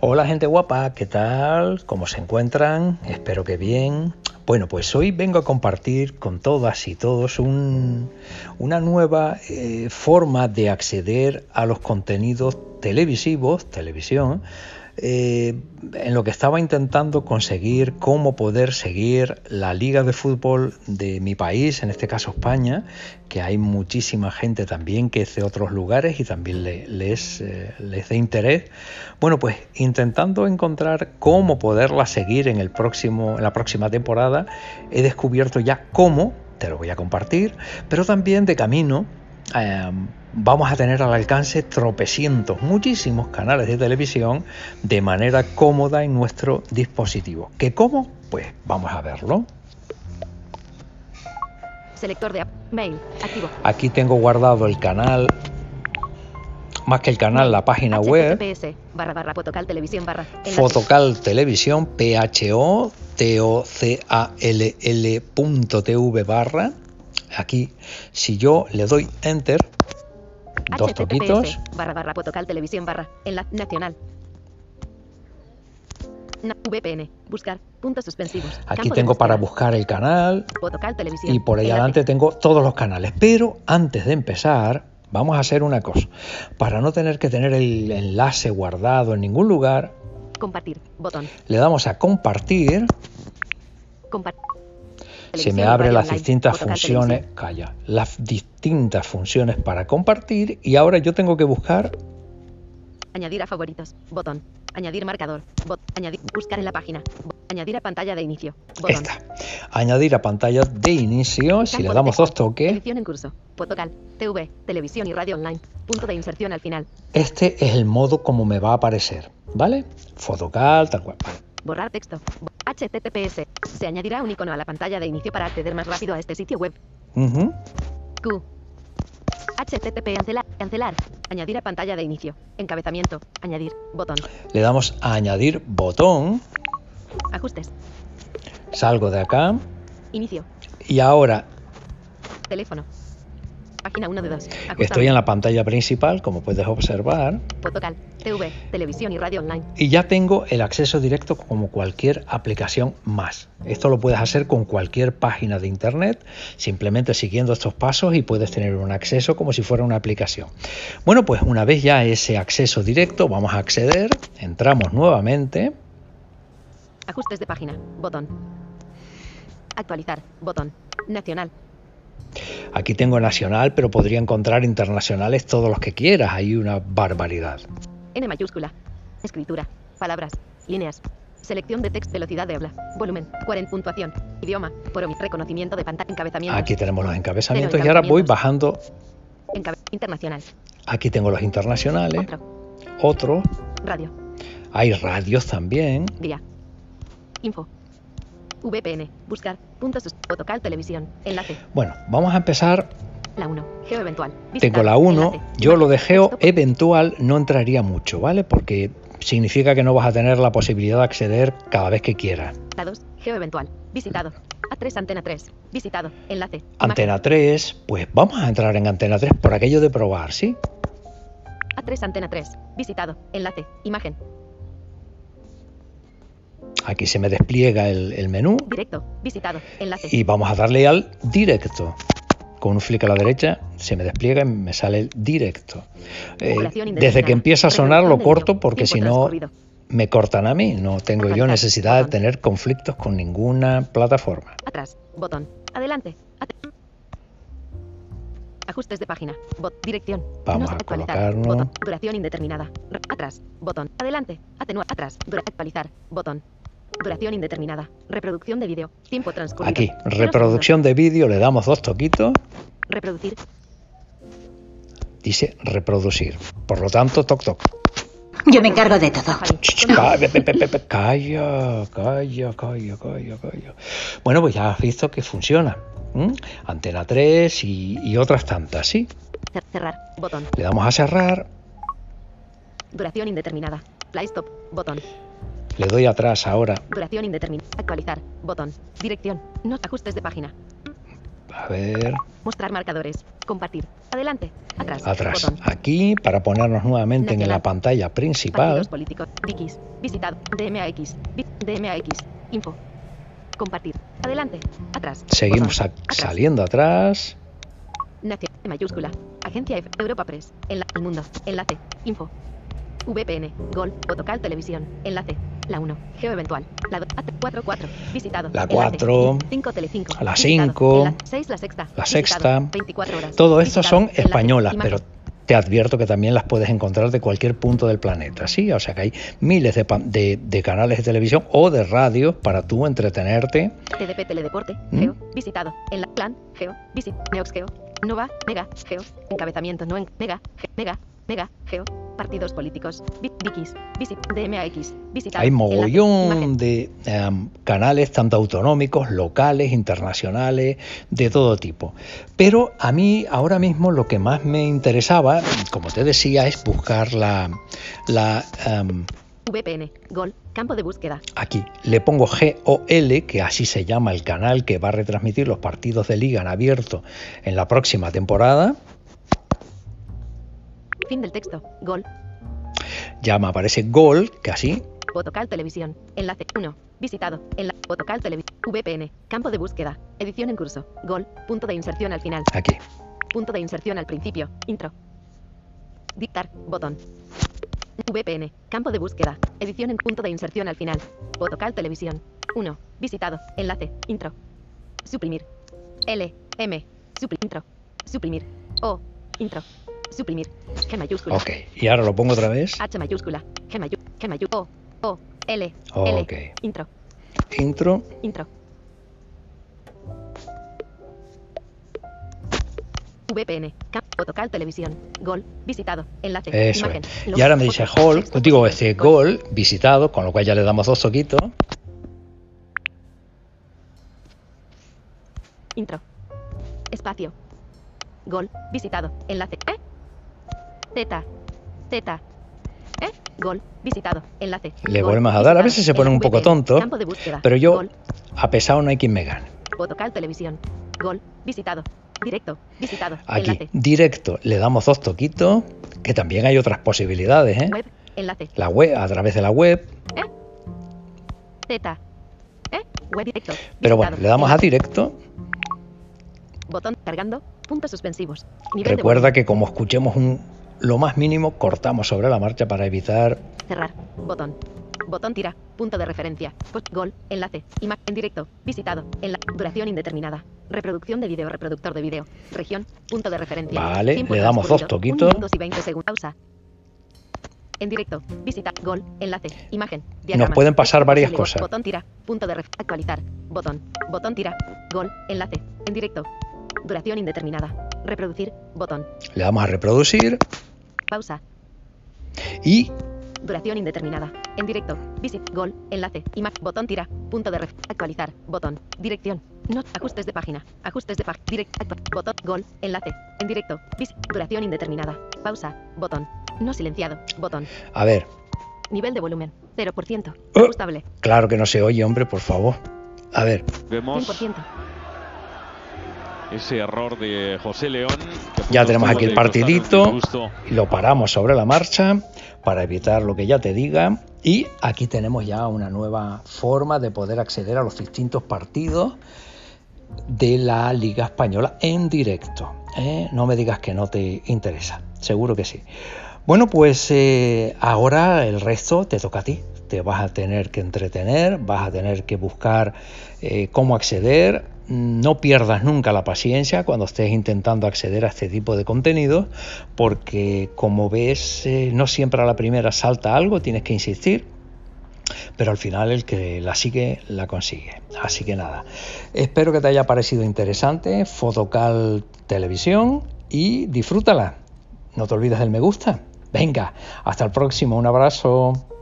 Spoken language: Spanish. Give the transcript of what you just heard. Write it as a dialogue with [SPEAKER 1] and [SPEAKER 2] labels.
[SPEAKER 1] Hola gente guapa, ¿qué tal? ¿Cómo se encuentran? Espero que bien. Bueno, pues hoy vengo a compartir con todas y todos un, una nueva eh, forma de acceder a los contenidos televisivos, televisión, eh, en lo que estaba intentando conseguir cómo poder seguir la liga de fútbol de mi país, en este caso España, que hay muchísima gente también que es de otros lugares y también le, les, eh, les de interés. Bueno, pues intentando encontrar cómo poderla seguir en, el próximo, en la próxima temporada, he descubierto ya cómo, te lo voy a compartir, pero también de camino. Eh, vamos a tener al alcance tropecientos, muchísimos canales de televisión de manera cómoda en nuestro dispositivo. ¿Qué cómo? Pues vamos a verlo.
[SPEAKER 2] Selector de app, mail, activo.
[SPEAKER 1] Aquí tengo guardado el canal, más que el canal, la página web.
[SPEAKER 2] HTTPS, barra barra Fotocal Televisión barra. enlace.
[SPEAKER 1] Fotocal Televisión, PHO, T-O-C-A-L-L.tv barra. Aquí, si yo le doy enter, dos
[SPEAKER 2] HTTPS,
[SPEAKER 1] toquitos,
[SPEAKER 2] Barra barra Fotocal Televisión barra. En la nacional. Na- VPN. Buscar. Puntos suspensivos.
[SPEAKER 1] aquí
[SPEAKER 2] Campo de
[SPEAKER 1] tengo para
[SPEAKER 2] búsqueda.
[SPEAKER 1] buscar el canal,
[SPEAKER 2] Fotocal Televisión.
[SPEAKER 1] y por ahí
[SPEAKER 2] Enlace.
[SPEAKER 1] adelante tengo todos los canales. Pero antes de empezar, vamos a hacer una cosa. Para no tener que tener el enlace guardado en ningún lugar,
[SPEAKER 2] Compartir. Botón.
[SPEAKER 1] le damos a compartir.
[SPEAKER 2] Compartir.
[SPEAKER 1] Se me abre las distintas funciones. Calla. Las distintas funciones para compartir. Y ahora yo tengo que buscar.
[SPEAKER 2] Añadir a favoritos. Botón. Añadir marcador. Bot. Añadir. Buscar en la página. Bo- Añadir a pantalla de inicio. Botón.
[SPEAKER 1] Esta. Añadir a pantalla de inicio. Si
[SPEAKER 2] Campo
[SPEAKER 1] le
[SPEAKER 2] de
[SPEAKER 1] damos
[SPEAKER 2] texto.
[SPEAKER 1] dos toques,
[SPEAKER 2] Edición en curso. Fotocal. TV. Televisión y radio online. Punto de inserción al final.
[SPEAKER 1] este es el modo como me va a aparecer. ¿Vale? Fotocal, tal cual. Vale.
[SPEAKER 2] Borrar texto. HTTPS. Se añadirá un icono a la pantalla de inicio para acceder más rápido a este sitio web.
[SPEAKER 1] Ujú.
[SPEAKER 2] Q. HTTP. Cancelar. Cancelar. Añadir a pantalla de inicio. Encabezamiento. Añadir. Botón.
[SPEAKER 1] Le damos a añadir botón.
[SPEAKER 2] Ajustes.
[SPEAKER 1] Salgo de acá.
[SPEAKER 2] Inicio.
[SPEAKER 1] Y ahora
[SPEAKER 2] Teléfono. Página 1 de 2.
[SPEAKER 1] estoy en la pantalla principal, como puedes observar,
[SPEAKER 2] Fotocal. TV. Televisión y radio online.
[SPEAKER 1] y ya tengo el acceso directo como cualquier aplicación más. Esto lo puedes hacer con cualquier página de internet, simplemente siguiendo estos pasos y puedes tener un acceso como si fuera una aplicación. Bueno, pues una vez ya ese acceso directo, vamos a acceder, entramos nuevamente,
[SPEAKER 2] Ajustes de página. Botón. Actualizar. Botón. Nacional.
[SPEAKER 1] aquí tengo nacional, pero podría encontrar internacionales todos los que quieras, hay una barbaridad.
[SPEAKER 2] N mayúscula. Escritura. Palabras. Líneas. Selección de texto. Velocidad de habla. Volumen. 40. Puntuación. Idioma. Por omis- Reconocimiento de pantalla. Encabezamiento.
[SPEAKER 1] Aquí tenemos los encabezamientos
[SPEAKER 2] Pero
[SPEAKER 1] y ahora voy
[SPEAKER 2] encabezamientos.
[SPEAKER 1] bajando,
[SPEAKER 2] Encabe- internacional.
[SPEAKER 1] aquí tengo los internacionales,
[SPEAKER 2] Otro.
[SPEAKER 1] otros.
[SPEAKER 2] Radio.
[SPEAKER 1] Hay radios también.
[SPEAKER 2] Día. Info. VPN. Buscar. Puntos. sus- Fotocal. Televisión. Enlace.
[SPEAKER 1] Bueno, vamos a empezar.
[SPEAKER 2] La 1. Geo eventual. Visitar.
[SPEAKER 1] Tengo la 1.
[SPEAKER 2] Enlace.
[SPEAKER 1] Yo lo de
[SPEAKER 2] Imagen.
[SPEAKER 1] geo
[SPEAKER 2] Texto.
[SPEAKER 1] eventual no entraría mucho, ¿vale? Porque significa que no vas a tener la posibilidad de acceder cada vez que quieras.
[SPEAKER 2] La 2. Geo eventual. Visitado. A3. Antena 3. Visitado. Enlace. Imagen.
[SPEAKER 1] Antena 3, pues vamos a entrar en Antena 3 por aquello de probar, ¿sí?
[SPEAKER 2] A3. Antena 3. Visitado. Enlace. Imagen.
[SPEAKER 1] Aquí se me despliega el, el menú
[SPEAKER 2] Directo. Visitado. Enlace.
[SPEAKER 1] y vamos a darle al directo. Con un flick a la derecha se me despliega y me sale el directo. Eh,
[SPEAKER 2] Duración
[SPEAKER 1] desde que
[SPEAKER 2] indeterminada.
[SPEAKER 1] empieza a sonar lo
[SPEAKER 2] Reproducción del
[SPEAKER 1] corto
[SPEAKER 2] menú.
[SPEAKER 1] porque si
[SPEAKER 2] Tiempo
[SPEAKER 1] no
[SPEAKER 2] transcurrido.
[SPEAKER 1] me cortan a mí, no tengo yo
[SPEAKER 2] Localizar,
[SPEAKER 1] necesidad de
[SPEAKER 2] botón.
[SPEAKER 1] tener conflictos con ninguna plataforma.
[SPEAKER 2] Atrás, botón. Adelante. at- Ajustes de página. Bot. Dirección.
[SPEAKER 1] Vamos
[SPEAKER 2] se
[SPEAKER 1] a
[SPEAKER 2] actualizar.
[SPEAKER 1] colocarlo.
[SPEAKER 2] Botón. Duración indeterminada. R- Atrás. Botón. Adelante. Atenuar. Atrás. Dura- Actualizar. Botón. Duración indeterminada. Reproducción de vídeo. Tiempo transcurrido.
[SPEAKER 1] Aquí,
[SPEAKER 2] Cero
[SPEAKER 1] reproducción de vídeo, le damos dos toquitos,
[SPEAKER 2] segundos. Reproducir.
[SPEAKER 1] dice reproducir. Por lo tanto, toc toc.
[SPEAKER 3] Yo me encargo de todo.
[SPEAKER 2] Safari.
[SPEAKER 1] Ch, ch, ca- pe- pe- pe- pe- pe- Calla, calla, calla, calla, calla. Bueno, pues ya has visto que funciona. ¿m? Antena 3 y, y otras tantas, ¿sí?
[SPEAKER 2] Cer- Cerrar. Botón.
[SPEAKER 1] Le damos a cerrar,
[SPEAKER 2] Duración indeterminada. Play stop. Botón.
[SPEAKER 1] le doy atrás ahora.
[SPEAKER 2] Duración indeterminada. Actualizar. Botón. Dirección. No ajustes de página.
[SPEAKER 1] A ver,
[SPEAKER 2] Mostrar marcadores. Compartir. Adelante. Atrás.
[SPEAKER 1] atrás.
[SPEAKER 2] Botón.
[SPEAKER 1] Aquí para ponernos nuevamente en la
[SPEAKER 2] Nacional.
[SPEAKER 1] pantalla principal.
[SPEAKER 2] Partidos políticos. Vikis. Visitado. DMAX. Vi- DMAX. Info. Compartir. Adelante. Atrás.
[SPEAKER 1] Seguimos
[SPEAKER 2] Botón.
[SPEAKER 1] a-
[SPEAKER 2] Atrás.
[SPEAKER 1] saliendo atrás.
[SPEAKER 2] Nación. E Mayúscula. Agencia F. Europa Press. Enla- el mundo. Enlace. Info. VPN. Gol. Otocal Televisión. Enlace. La 1. Geo eventual. La 4. 4. Visitado.
[SPEAKER 1] La
[SPEAKER 2] Enlace.
[SPEAKER 1] cuatro.
[SPEAKER 2] 5 Telecinco.
[SPEAKER 1] La
[SPEAKER 2] Visitado.
[SPEAKER 1] cinco.
[SPEAKER 2] Enla- 6. La sexta.
[SPEAKER 1] La
[SPEAKER 2] Visitado.
[SPEAKER 1] sexta.
[SPEAKER 2] 24 horas.
[SPEAKER 1] Todo esto
[SPEAKER 2] Visitado.
[SPEAKER 1] son
[SPEAKER 2] Enlace.
[SPEAKER 1] españolas,
[SPEAKER 2] Imagen.
[SPEAKER 1] pero te advierto que también las puedes encontrar de cualquier punto del planeta, ¿sí? O sea que hay miles de, pan- de- de canales de televisión o de radio para tú entretenerte.
[SPEAKER 2] TDP Teledeporte,
[SPEAKER 1] ¿Mm?
[SPEAKER 2] Geo, visitado, en la plan, Geo, visit, Neox Geo, Nova, Mega, Geo, encabezamiento no en Mega, Ge- Mega, Mega, Geo, partidos políticos, Vi- Vikis, visit, DMAX, visitado.
[SPEAKER 1] Hay
[SPEAKER 2] enlace,
[SPEAKER 1] mogollón
[SPEAKER 2] imagen,
[SPEAKER 1] de em, canales, tanto autonómicos, locales, internacionales, de todo tipo. Pero a mí ahora mismo lo que más me interesaba, como te decía, es buscar la... la em,
[SPEAKER 2] VPN, Gol, campo de búsqueda,
[SPEAKER 1] Aquí le pongo GOL, que así se llama el canal que va a retransmitir los partidos de liga en abierto en la próxima temporada.
[SPEAKER 2] fin del texto, Gol,
[SPEAKER 1] Ya me aparece GOL, que así.
[SPEAKER 2] Botocal Televisión, enlace 1, visitado, en la Botocal Televisión, VPN, campo de búsqueda, edición en curso, Gol, punto de inserción al final,
[SPEAKER 1] Aquí.
[SPEAKER 2] punto de inserción al principio, intro. Dictar, botón. VPN, campo de búsqueda, edición en punto de inserción al final. Botocal Televisión. 1. Visitado, enlace, intro. Suprimir. L, M, suprimir, intro. Suprimir. O, intro. Suprimir. G mayúscula.
[SPEAKER 1] Ok. Y ahora lo pongo otra vez.
[SPEAKER 2] H mayúscula. G mayúscula. G mayúscula. O, O, L, L,
[SPEAKER 1] Ok.
[SPEAKER 2] intro,
[SPEAKER 1] Intro.
[SPEAKER 2] intro. VPN, Cam- Botocal Televisión, Gol, visitado, enlace,
[SPEAKER 1] Eso
[SPEAKER 2] imagen.
[SPEAKER 1] es.
[SPEAKER 2] logo,
[SPEAKER 1] Y ahora me dice
[SPEAKER 2] foto,
[SPEAKER 1] GOL,
[SPEAKER 2] texto,
[SPEAKER 1] digo
[SPEAKER 2] posición,
[SPEAKER 1] este
[SPEAKER 2] gol.
[SPEAKER 1] GOL visitado, con lo cual ya le damos dos toquitos.
[SPEAKER 2] Intro. Espacio. Gol. Visitado. Enlace. ¿Eh? Teta. Teta. ¿Eh? Gol. Visitado. Enlace.
[SPEAKER 1] Le
[SPEAKER 2] Gol,
[SPEAKER 1] volvemos a dar. A
[SPEAKER 2] visitado,
[SPEAKER 1] veces se pone un poco
[SPEAKER 2] SVPN,
[SPEAKER 1] tonto,
[SPEAKER 2] campo de búsqueda,
[SPEAKER 1] Pero yo,
[SPEAKER 2] Gol.
[SPEAKER 1] a pesar no hay quien me gane.
[SPEAKER 2] Botocal Televisión. Gol. Visitado. Directo. Visitado.
[SPEAKER 1] Aquí,
[SPEAKER 2] Enlace.
[SPEAKER 1] directo, le damos dos toquitos, que también hay otras posibilidades, ¿eh?
[SPEAKER 2] Web. Enlace.
[SPEAKER 1] La web, a través de la web,
[SPEAKER 2] Teta. ¿Eh? Web directo.
[SPEAKER 1] Pero
[SPEAKER 2] visitado,
[SPEAKER 1] bueno, le damos a
[SPEAKER 2] enlace,
[SPEAKER 1] directo.
[SPEAKER 2] E. Botón cargando. Puntos suspensivos. Nivel de
[SPEAKER 1] Recuerda que como escuchemos un lo más mínimo, cortamos sobre la marcha para evitar.
[SPEAKER 2] Cerrar. Botón. Botón tira. Punto de referencia. Pos- Gol. Enlace. Imagen en directo. Visitado. En la duración indeterminada. Reproducción de video. Reproductor de video. Región. Punto de referencia.
[SPEAKER 1] Vale,
[SPEAKER 2] Tiempo
[SPEAKER 1] le damos dos
[SPEAKER 2] transcurrido,
[SPEAKER 1] toquitos.
[SPEAKER 2] un minuto y 20 segundos. Pausa. En directo. Visita. Gol. Enlace. Imagen. Diagrama.
[SPEAKER 1] Nos pueden pasar
[SPEAKER 2] Texto
[SPEAKER 1] varias
[SPEAKER 2] posible.
[SPEAKER 1] cosas.
[SPEAKER 2] Botón tira. Punto de referencia. Actualizar. Botón. Botón tira. Gol. Enlace. En directo. Duración indeterminada. Reproducir. Botón.
[SPEAKER 1] Le damos a reproducir
[SPEAKER 2] Pausa.
[SPEAKER 1] y
[SPEAKER 2] Duración indeterminada. En directo. Visit. Gol. Enlace. Ima. Botón tira. Punto de ref. Actualizar. Botón. Dirección. No. Ajustes de página. Ajustes de página. Direct. actua- Botón. Gol. Enlace. En directo. Visit. Duración indeterminada. Pausa. Botón. No silenciado. Botón.
[SPEAKER 1] a ver,
[SPEAKER 2] Nivel de volumen. 0%.
[SPEAKER 1] Eh.
[SPEAKER 2] Ajustable.
[SPEAKER 1] claro que no se oye, hombre, por favor. A ver,
[SPEAKER 4] Vemos
[SPEAKER 2] 100%.
[SPEAKER 4] ese error de José León. que
[SPEAKER 1] Ya
[SPEAKER 4] fue
[SPEAKER 1] tenemos
[SPEAKER 4] motivo
[SPEAKER 1] aquí el
[SPEAKER 4] de costar un
[SPEAKER 1] partidito.
[SPEAKER 4] disgusto.
[SPEAKER 1] lo paramos sobre la marcha para evitar lo que ya te diga. Y aquí tenemos ya una nueva forma de poder acceder a los distintos partidos de la Liga Española en directo. ¿eh? No me digas que no te interesa, seguro que sí. Bueno, pues eh, ahora el resto te toca a ti. Te vas a tener que entretener, vas a tener que buscar eh, cómo acceder. No pierdas nunca la paciencia cuando estés intentando acceder a este tipo de contenidos, porque como ves, eh, no siempre a la primera salta algo, tienes que insistir pero al final el que la sigue la consigue. Así que nada, espero que te haya parecido interesante Fotocal Televisión y disfrútala. No te olvides del me gusta. Venga, hasta el próximo, un abrazo.